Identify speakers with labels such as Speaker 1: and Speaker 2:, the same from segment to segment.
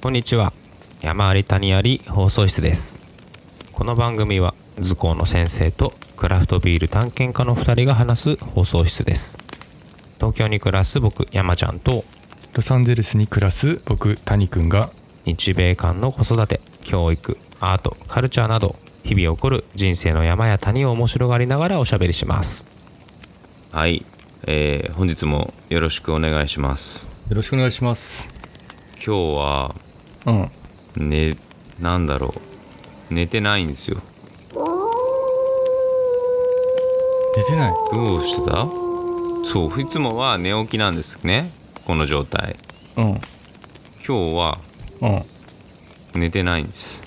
Speaker 1: こんにちは山あり谷あり放送室ですこの番組は図工の先生とクラフトビール探検家の2人が話す放送室です東京に暮らす僕山ちゃんと
Speaker 2: ロサンゼルスに暮らす僕谷くんが
Speaker 1: 日米間の子育て教育アートカルチャーなど日々起こる人生の山や谷を面白がりながらおしゃべりします
Speaker 3: はい、えー本日もよろしくお願いします。
Speaker 2: よろしくお願いします
Speaker 3: 今日は、
Speaker 2: うん
Speaker 3: ね、なんだろう。寝てないんですよ。
Speaker 2: 寝てない
Speaker 3: どうしてたそう、いつもは寝起きなんですね。この状態。
Speaker 2: うん
Speaker 3: 今日は
Speaker 2: うん
Speaker 3: 寝てないんです。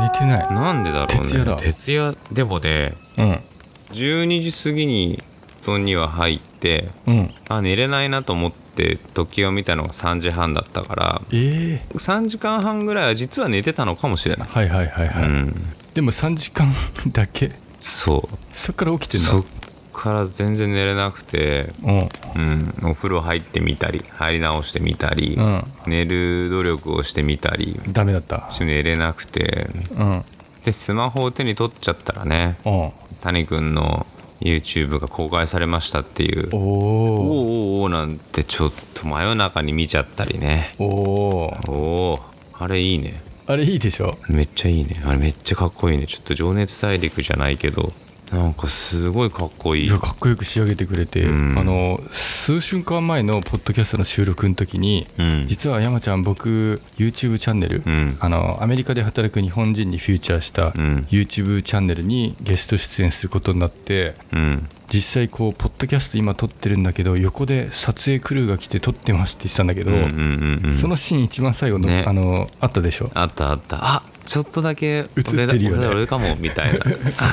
Speaker 2: 寝てない
Speaker 3: なんでだろうね。
Speaker 2: 徹夜だ
Speaker 3: 徹夜でもね、
Speaker 2: う
Speaker 3: 12時過ぎに布団には入って、
Speaker 2: んうん
Speaker 3: あ、寝れないなと思って時計を見たのが3時半だったから、
Speaker 2: ええ
Speaker 3: 3時間半ぐらいは実は寝てたのかもしれない。
Speaker 2: はいはいはいうはい、
Speaker 3: ん。
Speaker 2: でも3時間 だけ
Speaker 3: そう。
Speaker 2: そっから起きてんだ
Speaker 3: そっから全然寝れなくて、
Speaker 2: うん
Speaker 3: うん、お風呂入ってみたり入り直してみたり、
Speaker 2: う
Speaker 3: 寝る努力をしてみたり
Speaker 2: んダメだった
Speaker 3: して寝れなくて
Speaker 2: うんうん
Speaker 3: でスマホを手に取っちゃったらね
Speaker 2: お
Speaker 3: 谷君の YouTube が公開されましたっていうお
Speaker 2: お
Speaker 3: おおおなんてちょっと真夜中に見ちゃったりね
Speaker 2: おおー
Speaker 3: おおあれいいね
Speaker 2: あれいいでしょ
Speaker 3: めっちゃいいねあれめっちゃかっこいいねちょっと「情熱大陸」じゃないけどなんかすごいかっこい
Speaker 2: い
Speaker 3: い
Speaker 2: やかっこよく仕上げてくれて、
Speaker 3: うん
Speaker 2: あの数週間前のポッドキャストの収録の時に、
Speaker 3: うん
Speaker 2: 実は山ちゃん僕 YouTube チャンネル、
Speaker 3: うん
Speaker 2: あのアメリカで働く日本人にフューチャーした
Speaker 3: うん
Speaker 2: YouTube チャンネルにゲスト出演することになって
Speaker 3: うん
Speaker 2: 実際こうポッドキャスト今撮ってるんだけど横で撮影クルーが来て撮ってますって言ってたんだけど、
Speaker 3: うんうんうんうん
Speaker 2: そのシーン一番最後の,、
Speaker 3: ね
Speaker 2: あのあったでしょ
Speaker 3: あったあったあちょっとだけ
Speaker 2: 映ってるよね
Speaker 3: 俺だ俺かもみ たいなあ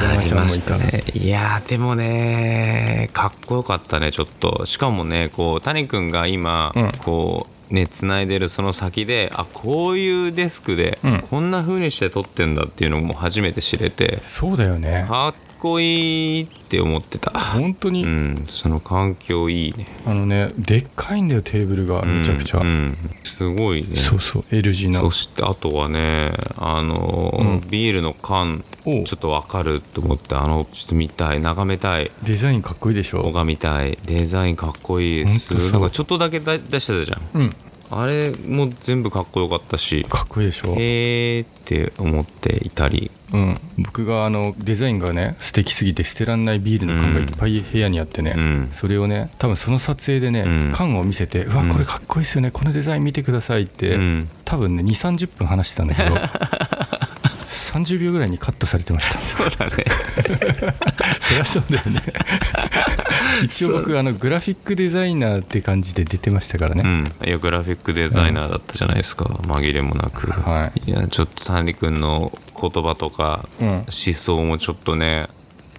Speaker 2: 山
Speaker 3: あり
Speaker 2: ちゃん
Speaker 3: ま
Speaker 2: もい
Speaker 3: したたねいやーでもねかっこよかったねちょっとしかもねこう谷君が今、
Speaker 2: うん
Speaker 3: こうね繋いでるその先であこういうデスクで、
Speaker 2: うん
Speaker 3: こんな風にして撮ってんだっていうのも初めて知れて
Speaker 2: そうだよね
Speaker 3: かっこいいって思ってた
Speaker 2: 本当に、
Speaker 3: うんその環境いいね
Speaker 2: あのねでっかいんだよテーブルがめちゃくちゃ、
Speaker 3: うんうんすごいね
Speaker 2: そうそう L 字な
Speaker 3: そしてあとはねあのー、
Speaker 2: うん
Speaker 3: ビールの缶
Speaker 2: おう
Speaker 3: ちょっとわかると思ってあのちょっと見たい眺めたい
Speaker 2: デザインかっこいいでしょ
Speaker 3: 拝みたいデザインかっこいい
Speaker 2: ほん
Speaker 3: で
Speaker 2: と
Speaker 3: す
Speaker 2: そう
Speaker 3: なんかちょっとだけだ出してたじゃん
Speaker 2: うん
Speaker 3: あれも全部かっこよかったし
Speaker 2: かっこいいでしょ、
Speaker 3: へえーって思っていたり
Speaker 2: うん、僕があのデザインがね素敵すぎて捨てらんないビールの缶がいっぱい部屋にあってね、
Speaker 3: うん
Speaker 2: それをね多分その撮影でね、
Speaker 3: うん
Speaker 2: 缶を見せて「うわ
Speaker 3: うん
Speaker 2: これかっこいいですよねこのデザイン見てください」って、
Speaker 3: うん
Speaker 2: 多分ね2 3 0分話してたんだけ ど30秒ぐらいにカットされてま した
Speaker 3: そうだね
Speaker 2: そりゃそうだよ ね一応僕あのグラフィックデザイナーって感じで出てましたからね、
Speaker 3: うんいやグラフィックデザイナーだったじゃないですか紛れもなく
Speaker 2: はい
Speaker 3: やちょっと谷君の言葉とか
Speaker 2: うん
Speaker 3: 思想もちょっとね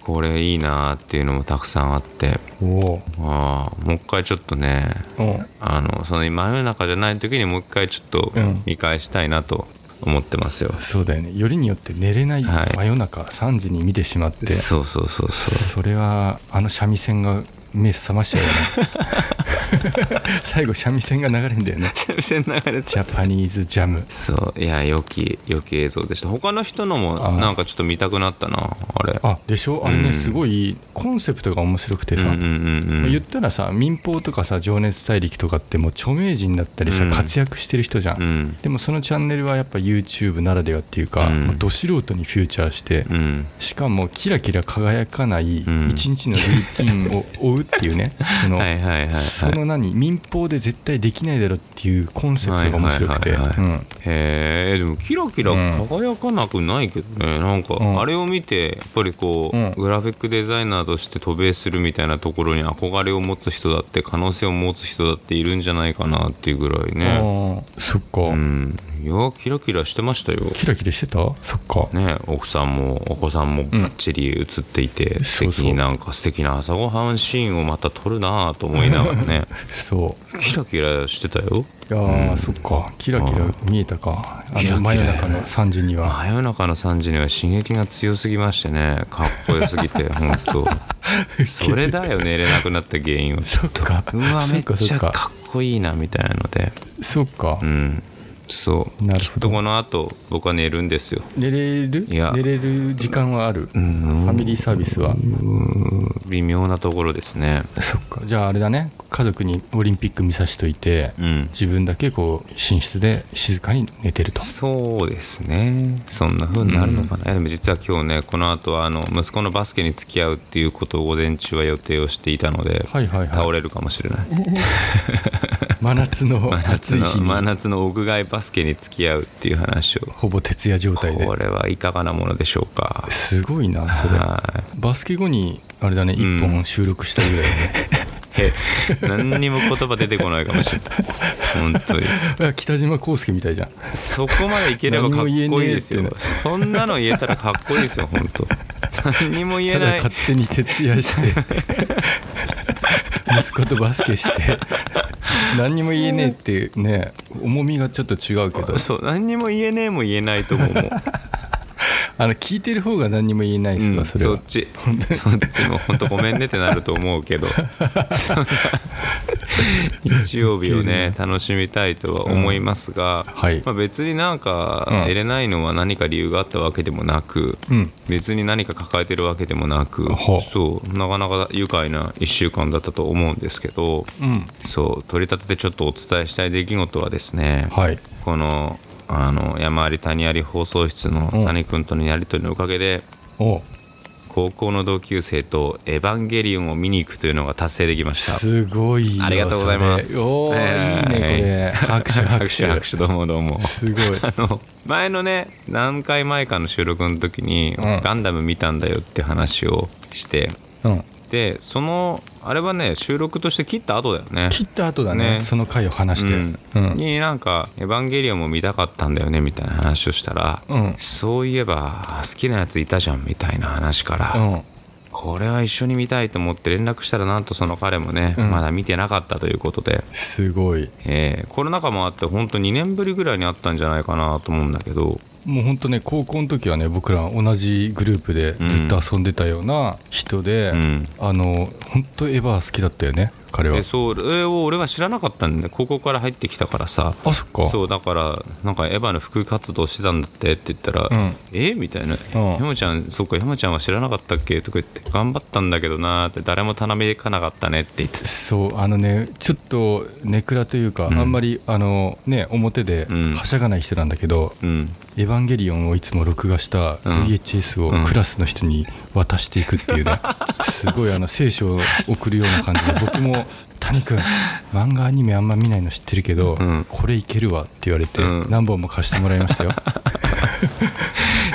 Speaker 3: これいいなーっていうのもたくさんあって
Speaker 2: お
Speaker 3: ああもう一回ちょっとね
Speaker 2: おうん
Speaker 3: あのその真夜中じゃない時にもう一回ちょっと
Speaker 2: うん
Speaker 3: 見返したいなと思ってますよ、
Speaker 2: そうだよねよりによって寝れない
Speaker 3: はい
Speaker 2: 真夜中3時に見てしまって、
Speaker 3: そうそうそうそ
Speaker 2: それはあの三味線が目覚ましちゃうよね 最後三味線が流れるんだよね
Speaker 3: う三味線流れち
Speaker 2: ジャパニーズジャム
Speaker 3: そういや良き良き映像でした他の人の
Speaker 2: あー
Speaker 3: もなんかちょっと見たくなったなあれ
Speaker 2: あでしょあれね、
Speaker 3: うん
Speaker 2: すごいコンセプトが面白くて
Speaker 3: うん
Speaker 2: さ、
Speaker 3: うんうんうん
Speaker 2: 言ったらさ民放とかさ「情熱大陸」とかってもう著名人だったりさ、
Speaker 3: うん
Speaker 2: 活躍してる人じゃん、
Speaker 3: うん
Speaker 2: でもそのチャンネルはやっぱ YouTube ならではっていうか、
Speaker 3: うん
Speaker 2: もうど素人にフューチャーして、
Speaker 3: うん
Speaker 2: しかもキラキラ輝かない
Speaker 3: うん
Speaker 2: 一日のルーティンを追うっていう ねその
Speaker 3: はいはいはいはい
Speaker 2: その何民放で絶対できないだろうっていうコンセプトが面白くて、
Speaker 3: はいはいはいはい
Speaker 2: うん
Speaker 3: へえでもキラキラ輝かなくないけどね、なんか
Speaker 2: うん
Speaker 3: あれを見てやっぱりこう、
Speaker 2: うん
Speaker 3: グラフィックデザイナーとして渡米するみたいなところに憧れを持つ人だって可能性を持つ人だっているんじゃないかなっていうぐらいね
Speaker 2: ああそっか、
Speaker 3: うんいやキラキラしてましたよ
Speaker 2: キラキラしてたそっか
Speaker 3: ね奥さんもお子さんもバッチリ映っていて、
Speaker 2: そ
Speaker 3: 素
Speaker 2: う
Speaker 3: 敵
Speaker 2: そう
Speaker 3: になんか素敵な朝ごはんシーンをまた撮るなぁと思いなが らね
Speaker 2: そう
Speaker 3: キラキラしてたよ
Speaker 2: いやー、そっかキラキラ見えたかあ
Speaker 3: キラキラ
Speaker 2: の真夜中の3時には
Speaker 3: 真夜中の3時には刺激が強すぎましてねかっこよす ぎて本当それだよ寝れなくなった原因は
Speaker 2: そっか
Speaker 3: うわ
Speaker 2: そ
Speaker 3: め
Speaker 2: っ
Speaker 3: っ
Speaker 2: かそ
Speaker 3: ち
Speaker 2: っ
Speaker 3: ゃ
Speaker 2: か
Speaker 3: かっこいいなみたいなので
Speaker 2: そっか
Speaker 3: うんそう
Speaker 2: なるほ
Speaker 3: き
Speaker 2: ど
Speaker 3: っとこの後僕は寝るんですよ
Speaker 2: 寝れる
Speaker 3: いや
Speaker 2: 寝れる時間はあるファミリーサービスは
Speaker 3: 微妙なところですね
Speaker 2: そっかじゃああれだね家族にオリンピック見さしといて
Speaker 3: うん
Speaker 2: 自分だけこう寝室で静かに寝てると
Speaker 3: そうですねそんな風になるのかな、いやでも実は今日ねこの後はあの息子のバスケに付き合うっていうことを午前中は予定をしていたので、
Speaker 2: はいはいはい
Speaker 3: 倒れるかもしれない
Speaker 2: 真夏の
Speaker 3: 真夏
Speaker 2: 暑い
Speaker 3: の
Speaker 2: 日に
Speaker 3: 真夏の屋外バスケに付き合うっていう話を
Speaker 2: ほぼ徹夜状態で
Speaker 3: これはいかがなものでしょうか
Speaker 2: すごいなそれ
Speaker 3: は
Speaker 2: バスケ後にあれだね1本収録したぐらいだね
Speaker 3: いへ何にも言葉出てこないかもしれない本当に
Speaker 2: あ北島康介みたいじゃん
Speaker 3: そこまでいければかっこいいですよ
Speaker 2: 何も言えねえってね
Speaker 3: そんなの言えたらかっこいいですよ本当何も言え
Speaker 2: ただ
Speaker 3: ない
Speaker 2: 勝手に徹夜して 息子とバスケして何にも言えねえっていうね重みがちょっと違うけど
Speaker 3: そう何にも言えねえも言えないと思うもう
Speaker 2: あの聞いてる方が何にも言えないっすわ、
Speaker 3: うん
Speaker 2: それは
Speaker 3: っち そっちも本当ごめんねってなると思 うけどそんな日曜日をね楽しみたいとは思いますが、
Speaker 2: はい
Speaker 3: まあ、別になんか
Speaker 2: うん
Speaker 3: 得れないのは何か理由があったわけでもなく、
Speaker 2: うん
Speaker 3: 別に何か抱えてるわけでもなく
Speaker 2: はあ
Speaker 3: そうなかなか愉快な1週間だったと思うんですけど、
Speaker 2: うん
Speaker 3: そう取り立ててちょっとお伝えしたい出来事はですね、
Speaker 2: はい
Speaker 3: このあの山あり谷あり放送室の
Speaker 2: うん
Speaker 3: 谷君とのやり取りのおかげで、
Speaker 2: お
Speaker 3: 高校の同級生と「エヴァンゲリオン」を見に行くというのが達成できました
Speaker 2: すごいよ
Speaker 3: ありがとうございます
Speaker 2: それおお、
Speaker 3: えー
Speaker 2: いいねこれ拍手拍
Speaker 3: 拍
Speaker 2: 手
Speaker 3: 手拍手どうもどうも
Speaker 2: すごい
Speaker 3: あの前のね何回前かの収録の時に
Speaker 2: う
Speaker 3: 「
Speaker 2: ん
Speaker 3: ガンダム見たんだよ」って話をして
Speaker 2: うん
Speaker 3: でそのあれはね収録として切った後だよね
Speaker 2: 切った後だね
Speaker 3: ね
Speaker 2: その回を話してう、
Speaker 3: うんん、になんか「エヴァンゲリオン」も見たかったんだよねみたいな話をしたら、
Speaker 2: うん
Speaker 3: そういえば好きなやついたじゃんみたいな話から、
Speaker 2: うん
Speaker 3: これは一緒に見たいと思って連絡したらなんとその彼もね、
Speaker 2: ん
Speaker 3: まだ見てなかったということで、
Speaker 2: すごい
Speaker 3: えーコロナ禍もあって本当2年ぶりぐらいにあったんじゃないかなと思うんだけど
Speaker 2: もう本当ね高校の時はね僕ら同じグループでずっと遊んでたような人で、
Speaker 3: ん
Speaker 2: あの本当エヴァ好きだったよね彼は
Speaker 3: でそれを俺は知らなかったんで高校から入ってきたからさ
Speaker 2: あそっか
Speaker 3: そうだからなんかエヴァの副活動してたんだってって言ったら「
Speaker 2: うん
Speaker 3: えみたいな「
Speaker 2: うん
Speaker 3: 山ちゃんそっか山ちゃんは知らなかったっけ?」とか言って「頑張ったんだけどな」って「誰もたなびかなかったね」って言ってた
Speaker 2: そうあのねちょっとネクラというか、あんまりあのね表で
Speaker 3: うん
Speaker 2: はしゃがない人なんだけど「
Speaker 3: うん
Speaker 2: エヴァンゲリオン」をいつも録画した
Speaker 3: うん
Speaker 2: VHS をクラスの人に渡していくっていうね、すごいあの聖書を送るような感じで僕も「谷君漫画アニメあんま見ないの知ってるけど、
Speaker 3: うん
Speaker 2: これいけるわ」って言われて、
Speaker 3: うん
Speaker 2: 何本も貸してもらいましたよ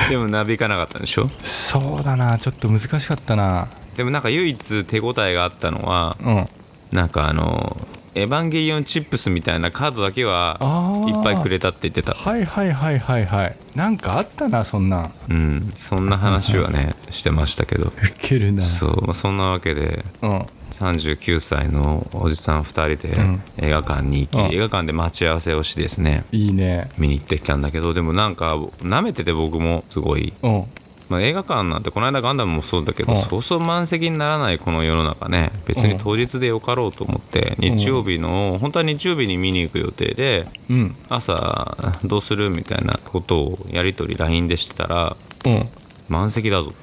Speaker 3: でもなびかなかったんでしょ
Speaker 2: そうだなちょっと難しかったな
Speaker 3: でもなんか唯一手応えがあったのは
Speaker 2: うんあ
Speaker 3: なんかあの「エヴァンゲリオンチップス」みたいなカードだけは
Speaker 2: あー
Speaker 3: いっぱいくれたって言ってた
Speaker 2: はいはいはいはいはいなんかあったなそんなん
Speaker 3: うんそんな話はねしてましたけど
Speaker 2: ウケるな
Speaker 3: そうまあそんなわけで
Speaker 2: うん
Speaker 3: 39歳のおじさん2人で
Speaker 2: うん
Speaker 3: 映画館に行
Speaker 2: うん
Speaker 3: き映画館で待ち合わせをしですね
Speaker 2: いいね
Speaker 3: 見に行ってきたんだけどでもなんか舐めてて僕もすごい、
Speaker 2: うん
Speaker 3: まあ、映画館なんてこの間ガンダムもそうだけど
Speaker 2: うん
Speaker 3: そうそう満席にならないこの世の中ね別に当日でよかろうと思って日曜日の本当は日曜日に見に行く予定で
Speaker 2: うん
Speaker 3: 朝どうするみたいなことをやり取り LINE でしてたら
Speaker 2: うん
Speaker 3: 満席だぞ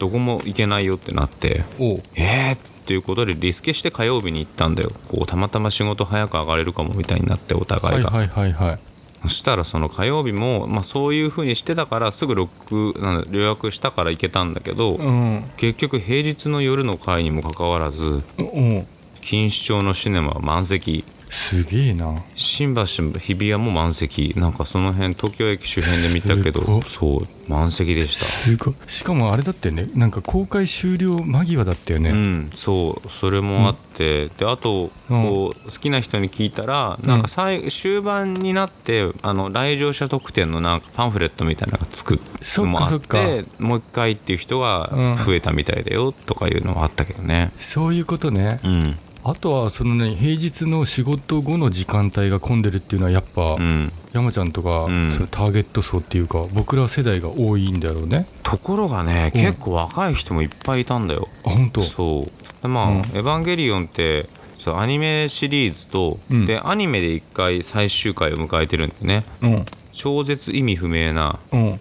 Speaker 3: どこも行けないよってなって
Speaker 2: おう
Speaker 3: えーっていうことでリスケして火曜日に行ったんだよこうたまたま仕事早く上がれるかもみたいになってお
Speaker 2: は
Speaker 3: 互
Speaker 2: い
Speaker 3: いが、
Speaker 2: はいはいはい
Speaker 3: そしたらその火曜日も、まあ、そういうふうにしてたからすぐロックなんだ予約したから行けたんだけど、
Speaker 2: うん
Speaker 3: 結局平日の夜の会にもかかわらず
Speaker 2: うん
Speaker 3: 錦糸町のシネマは満席
Speaker 2: すげえな
Speaker 3: 新橋日比谷も満席なんかその辺東京駅周辺で見たけ
Speaker 2: すご
Speaker 3: ど
Speaker 2: っ
Speaker 3: そう満席でし
Speaker 2: すごいしかもあれだってねなんか公開終了間際だったよね、
Speaker 3: たうんそうそれもあって、であと
Speaker 2: うん
Speaker 3: こう好きな人に聞いたら、なんか最終盤になってあの来場者特典のなんかパンフレットみたいなのがつく
Speaker 2: そっ
Speaker 3: のも
Speaker 2: か
Speaker 3: あ
Speaker 2: そ
Speaker 3: っ
Speaker 2: っか
Speaker 3: てもう一回っていう人が増えたみたいだよとかいうのはあったけどね
Speaker 2: そういうことね、
Speaker 3: うん
Speaker 2: あとはそのね平日の仕事後の時間帯が混んでるっていうのはやっぱ、
Speaker 3: うん
Speaker 2: 山ちゃんとか、
Speaker 3: うん
Speaker 2: そのターゲット層っていうか僕ら世代が多いんだろうね
Speaker 3: ところがね、
Speaker 2: うん
Speaker 3: 結構若い人もいっぱいいたんだよ
Speaker 2: あ本当
Speaker 3: そうでまあ、
Speaker 2: うん
Speaker 3: エヴァンゲリオン」ってそうアニメシリーズと、
Speaker 2: うん
Speaker 3: でアニメで一回最終回を迎えてるんでね
Speaker 2: うん
Speaker 3: 超絶意味不明な
Speaker 2: うんは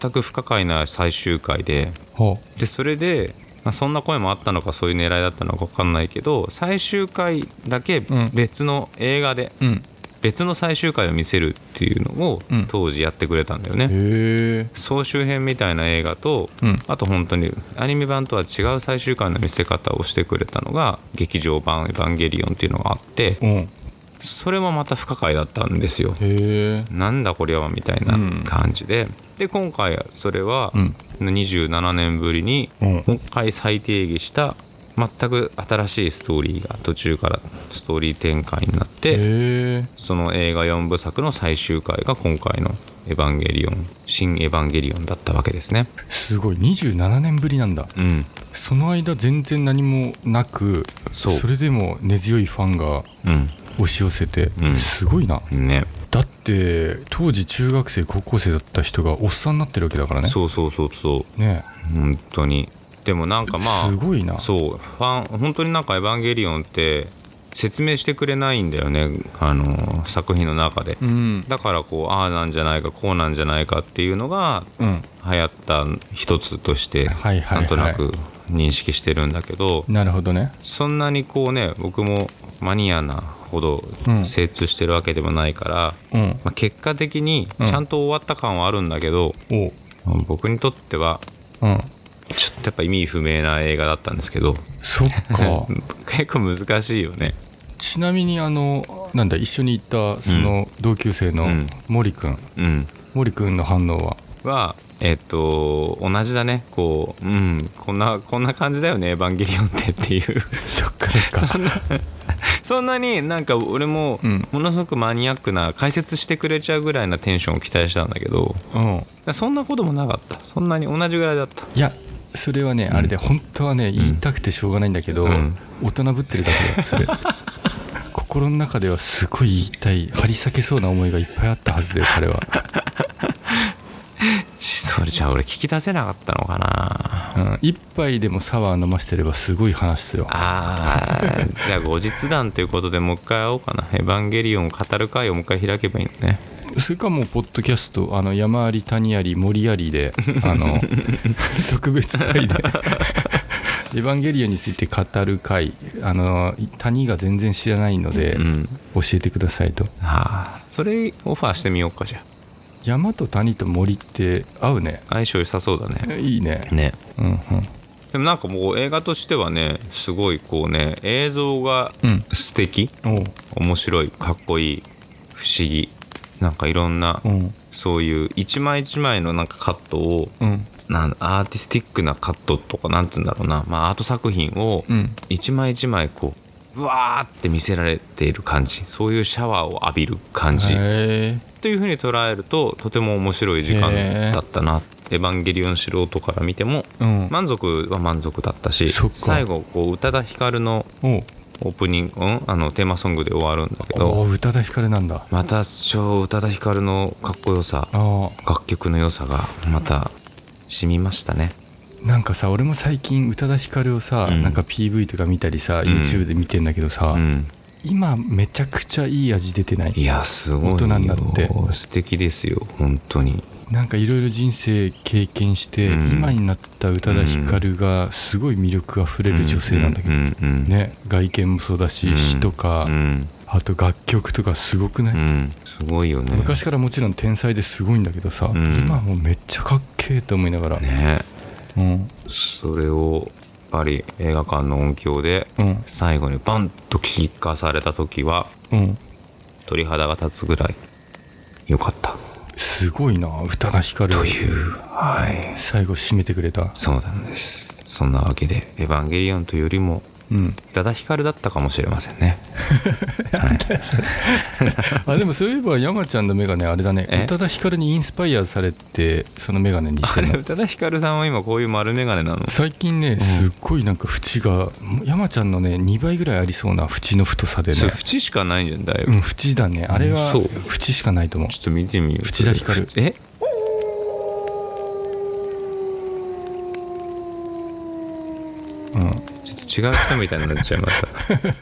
Speaker 3: 全く不可解な最終回で
Speaker 2: あ
Speaker 3: でそれで、まあ、そんな声もあったのかそういう狙いだったのか分かんないけど最終回だけ
Speaker 2: ん
Speaker 3: 別の映画で、
Speaker 2: うん
Speaker 3: 別の最終回を見せるっていうのを
Speaker 2: うん
Speaker 3: 当時やってくれたんだよね、
Speaker 2: へえ
Speaker 3: 総集編みたいな映画と、
Speaker 2: うん
Speaker 3: あと本当にアニメ版とは違う最終回の見せ方をしてくれたのが劇場版「エヴァンゲリオン」っていうのがあって
Speaker 2: うんへ
Speaker 3: それもまた不可解だったんですよ。
Speaker 2: え
Speaker 3: なんだこれはみたいな感じで、で今回それは
Speaker 2: ん
Speaker 3: 27年ぶりに
Speaker 2: うん
Speaker 3: もう一回再定義した全く新しいストーリーが途中からストーリー展開になって、
Speaker 2: へえ
Speaker 3: その映画4部作の最終回が今回の「エヴァンゲリオン」「新エヴァンゲリオン」だったわけですね。
Speaker 2: すごい27年ぶりなんだ
Speaker 3: うん、
Speaker 2: その間全然何もなく
Speaker 3: そう
Speaker 2: れでも根強いファンが
Speaker 3: う
Speaker 2: 押し寄せて、
Speaker 3: ん、
Speaker 2: すごいなん
Speaker 3: ね、
Speaker 2: だって当時中学生高校生だった人がおっさんになってるわけだからね
Speaker 3: そうそうそうそう
Speaker 2: ね
Speaker 3: う、本当に。でもなんかますあ、
Speaker 2: ごいな
Speaker 3: そう、ファン、本当になんかエヴァンゲリオンって説明してくれないんだよね、あの、作品の中で。
Speaker 2: うん
Speaker 3: だからこう、ああなんじゃないか、こうなんじゃないかっていうのが
Speaker 2: うん
Speaker 3: 流行った一つとして、
Speaker 2: はいはいはい
Speaker 3: なんとなく認識してるんだけど、
Speaker 2: なるほどね
Speaker 3: そんなにこうね、僕もマニアなほど
Speaker 2: うん
Speaker 3: 精通してるわけでもないから、
Speaker 2: うん
Speaker 3: まあ、結果的にち
Speaker 2: うん
Speaker 3: ゃんと終わった感はあるんだけど、
Speaker 2: おう
Speaker 3: 僕にとっては
Speaker 2: うん
Speaker 3: ちょっとやっぱ意味不明な映画だったんですけど
Speaker 2: そっ か
Speaker 3: 結構難しいよね
Speaker 2: ちなみにあのなんだ一緒に行ったその同級生の
Speaker 3: うん
Speaker 2: 森くん
Speaker 3: うん
Speaker 2: 森くんの反応 は
Speaker 3: はえっと同じだねこううんこんなこんな感じだよね「エヴァンゲリオン」ってっていう
Speaker 2: そっかそっか
Speaker 3: そんなになんか俺も
Speaker 2: うん
Speaker 3: ものすごくマニアックな解説してくれちゃうぐらいなテンションを期待したんだけど
Speaker 2: うん
Speaker 3: そんなこともなかったそんなに同じぐらいだった
Speaker 2: いやそれはね、あれで本当はね言いたくてしょうがないんだけど、
Speaker 3: うん
Speaker 2: 大人ぶってるだけだ よそれ心の中ではすごい言いたい張り裂けそうな思いがいっぱいあったはずだよ彼は、
Speaker 3: ちそれじゃあ俺聞き出せなかったのかな
Speaker 2: うん、一杯でもサワー飲ませてればすごい話すよ
Speaker 3: ああ じゃあ後日談ということでもう一回会おうかな「エヴァンゲリオン」を語る会をもう一回開けばいいのね
Speaker 2: それかもうポッドキャストあの山あり谷あり森ありであの 特別会でエヴァンゲリオンについて語る会あの谷が全然知らないので、
Speaker 3: うん
Speaker 2: 教えてくださいと
Speaker 3: ああそれオファーしてみようかじゃ
Speaker 2: 山と谷と森って合うね
Speaker 3: あ相性良さそうだね
Speaker 2: いいね
Speaker 3: ね
Speaker 2: うんうん
Speaker 3: でもなんかもう映画としてはねすごいこうね映像が
Speaker 2: うん
Speaker 3: 素敵、
Speaker 2: おう
Speaker 3: 面白いかっこいい不思議なんかいろんな、
Speaker 2: うん
Speaker 3: そういう一枚一枚のなんかカットを、
Speaker 2: うん
Speaker 3: なんアーティスティックなカットとかなんつうんだろうな、まあ、アート作品を
Speaker 2: うん
Speaker 3: 一枚一枚こううわーって見せられている感じそういうシャワーを浴びる感
Speaker 2: へ
Speaker 3: じ
Speaker 2: え
Speaker 3: というふうに捉えるととても面白い時間だったな「エヴァンゲリオン」素人から見ても
Speaker 2: うん
Speaker 3: 満足は満足だったし
Speaker 2: そっか
Speaker 3: 最後こう宇多田ヒカルの
Speaker 2: おう
Speaker 3: オープニング、うん、あのテーマソングで終わるんだけ
Speaker 2: お
Speaker 3: ど
Speaker 2: う宇多田ヒカルなんだ
Speaker 3: また超宇多田ヒカルのかっこよさ
Speaker 2: ああ
Speaker 3: 楽曲の良さがまた染みましたね。
Speaker 2: なんかさ俺も最近宇多田ヒカルをさ、
Speaker 3: うん
Speaker 2: なんか PV とか見たりさ、
Speaker 3: ん
Speaker 2: YouTube で見てんだけどさ、
Speaker 3: うん
Speaker 2: 今めちゃくちゃいい味出てない
Speaker 3: いやすごいよ
Speaker 2: 大人になって
Speaker 3: 素敵ですよ本当に
Speaker 2: なんかいろいろ人生経験して、
Speaker 3: うん
Speaker 2: 今になった宇多田ヒカルがすごい魅力あふれる女性なんだけど、
Speaker 3: うんうん
Speaker 2: ね外見もそうだし、
Speaker 3: うん
Speaker 2: 詩とか、
Speaker 3: うん
Speaker 2: あと楽曲とかすごくない、
Speaker 3: うんすごいよね
Speaker 2: 昔からもちろん天才ですごいんだけどさ、
Speaker 3: ん
Speaker 2: 今もうめっちゃかっけえと思いながら、
Speaker 3: ね
Speaker 2: うん、
Speaker 3: それをぱり映画館の音響で
Speaker 2: うん
Speaker 3: 最後にバンと聞かされた時は
Speaker 2: うん
Speaker 3: 鳥肌が立つぐらい良かった
Speaker 2: すごいな宇多田ヒカル
Speaker 3: というはい
Speaker 2: 最後締めてくれ た
Speaker 3: そうなんですそんなわけで「エヴァンゲリオン」というよりも
Speaker 2: うん
Speaker 3: 宇多田ヒカルだったかもしれませんね
Speaker 2: あでもそういえば山ちゃんの眼鏡あれだね
Speaker 3: え
Speaker 2: 宇多田ヒカルにインスパイアされてその眼鏡にし
Speaker 3: あ
Speaker 2: て
Speaker 3: れ
Speaker 2: るの
Speaker 3: 宇多田ヒカルさんは今こういう丸眼鏡なの
Speaker 2: 最近ねすっごいなんか縁が山ちゃんのね2倍ぐらいありそうな縁の太さでね
Speaker 3: それ縁しかないんじゃんだいぶ、
Speaker 2: うん
Speaker 3: ちょ
Speaker 2: 縁だねあれは
Speaker 3: そう
Speaker 2: 縁しかないと思う
Speaker 3: っと見てみよう
Speaker 2: 淵田ヒカル
Speaker 3: え
Speaker 2: うん
Speaker 3: ちょっと違う人みたいになっちゃいました ほら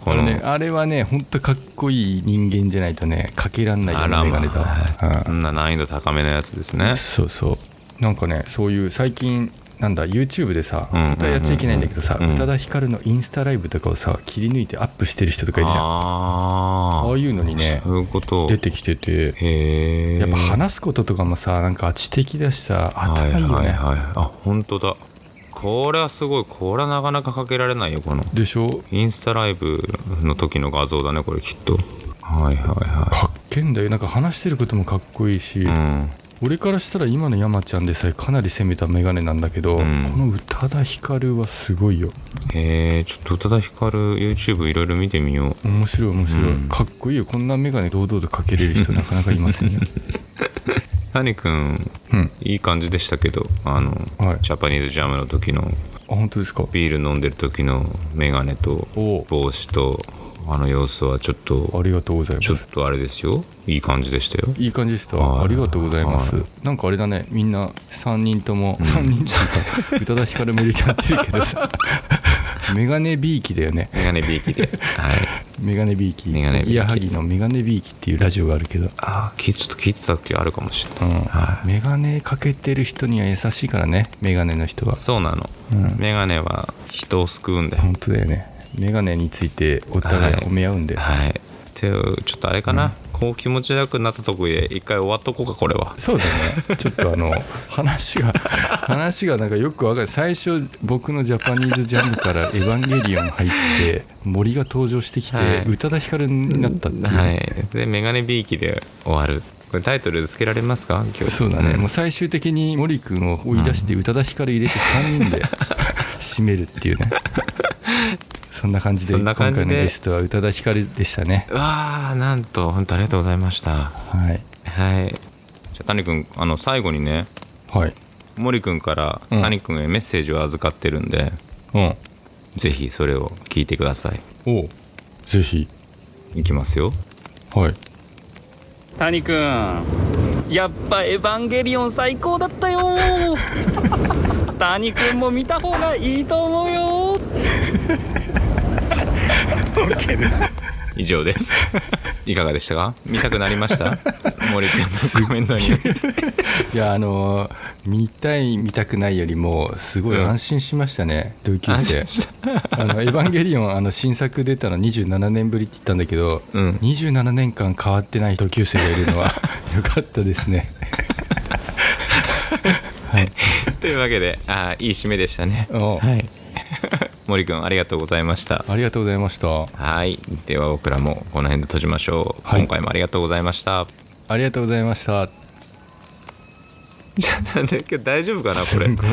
Speaker 3: こ
Speaker 2: あ
Speaker 3: の
Speaker 2: のねあれはね本当かっこいい人間じゃないとねかけらんないような眼鏡だわ
Speaker 3: あらまあ
Speaker 2: う
Speaker 3: こんな難易度高めのやつですね
Speaker 2: んそうそうなんかねそういう最近なんだ YouTube でさ
Speaker 3: うんうんうんう
Speaker 2: 本
Speaker 3: ん
Speaker 2: 当はやっちゃいけないんだけどさ
Speaker 3: うん
Speaker 2: 宇多田ヒカルのインスタライブとかをさ切り抜いてアップしてる人とかいるじゃん
Speaker 3: あー
Speaker 2: ああいうのにね
Speaker 3: そういうこと
Speaker 2: 出てきてて
Speaker 3: へえ
Speaker 2: やっぱ話すこととかもさなんか知的だしさ頭いいよ
Speaker 3: はいはい
Speaker 2: ね
Speaker 3: はいあ本当だこれはすごいこれはなかなかかけられないよこの
Speaker 2: でしょ
Speaker 3: インスタライブの時の画像だねこれきっとはいはいは
Speaker 2: かっけえんだよなんか話してることもかっこいいし
Speaker 3: いうん
Speaker 2: 俺からしたら今の山ちゃんでさえかなり攻めた眼鏡なんだけど、
Speaker 3: うん
Speaker 2: この宇多田ヒカルはすごいよ
Speaker 3: へえちょっと宇多田ヒカル YouTube いろいろ見てみよう
Speaker 2: 面白い面白い、
Speaker 3: うん
Speaker 2: かっこいいよこんな眼鏡堂々とかけれる 人なかなかいませんよ
Speaker 3: 谷君
Speaker 2: うん
Speaker 3: いい感じでしたけどあの、
Speaker 2: はい
Speaker 3: ジャパニーズジャムの時の
Speaker 2: あ本当ですか
Speaker 3: ビール飲んでる時の眼鏡と
Speaker 2: おう
Speaker 3: 帽子とあの様子はちょっと
Speaker 2: ありがとうござい
Speaker 3: ちょ
Speaker 2: ま
Speaker 3: っ
Speaker 2: す
Speaker 3: とあれですよいい感じでしたよ
Speaker 2: いい感じでした
Speaker 3: はい
Speaker 2: ありがとうございます
Speaker 3: は
Speaker 2: なんかあれだねみんな3人とも、三3人じゃないか宇多田ヒカルも入れちゃってるけど さ眼鏡びいきだよね
Speaker 3: 眼鏡びいきではい
Speaker 2: メガネビーキ
Speaker 3: メガネビーキ
Speaker 2: ギヤハギのメガネビーキっていうラジオがあるけど、
Speaker 3: ああちょっと聞いてたっけあるかもしれない
Speaker 2: うん
Speaker 3: は
Speaker 2: メガネかけてる人には優しいからねメガネの人は
Speaker 3: そうなの、眼鏡は人を救うんだよ
Speaker 2: 本当だよねメガネについてお互い
Speaker 3: はい
Speaker 2: 褒め合うんで、
Speaker 3: はいていうちょっとあれかな、こう気持ちよくなったとこで一回終わっとこうかこれは
Speaker 2: そうだねちょっとあの話 が話がなんかよくわかる最初僕のジャパニーズジャムから「エヴァンゲリオン」入って森が登場してきて
Speaker 3: はい
Speaker 2: 宇多田ヒカルになったっていう、
Speaker 3: はいで眼鏡びいきで終わるこれタイトル付けられますか今日
Speaker 2: そうだね、もう最終的に森君を追い出して宇多田ヒカル入れて3人で 締めるっていうねそんな感じで
Speaker 3: そん
Speaker 2: 今
Speaker 3: な感
Speaker 2: 回
Speaker 3: じで
Speaker 2: のゲストは宇多田ヒカルでしたね
Speaker 3: うわあなんと本当ありがとうございました
Speaker 2: はい
Speaker 3: はいじゃあ谷君あの最後にね
Speaker 2: はい
Speaker 3: 森君から
Speaker 2: うん
Speaker 3: 谷君へメッセージを預かってるんで、
Speaker 2: うん
Speaker 3: ぜひそれを聞いてください
Speaker 2: おうぜひ
Speaker 3: いきますよ
Speaker 2: はい
Speaker 4: 谷くんやっぱ「エヴァンゲリオン」最高だったよ谷くんも見た方がいいと思うよ
Speaker 3: 以上です いかがでしたか見たくなりました森君のコメントに
Speaker 2: いやあのー見たい見たくないよりもすごい安心しましたね、同級生
Speaker 3: 安心し
Speaker 2: あの「エヴァンゲリオン」あの新作出たの27年ぶりって言ったんだけど、
Speaker 3: うん
Speaker 2: 27年間変わってない同級生がいるのは よかったですね
Speaker 3: というわけであーいい締めでしたね
Speaker 2: おう
Speaker 3: はい森君ありがとうございました
Speaker 2: ありがとうございました
Speaker 3: はいでは僕らもこの辺で閉じましょう、
Speaker 2: はい
Speaker 3: 今回もありがとうございました
Speaker 2: ありがとうございました
Speaker 3: じゃあなんだ今日大丈夫かなこ
Speaker 2: す
Speaker 3: れ
Speaker 2: ごい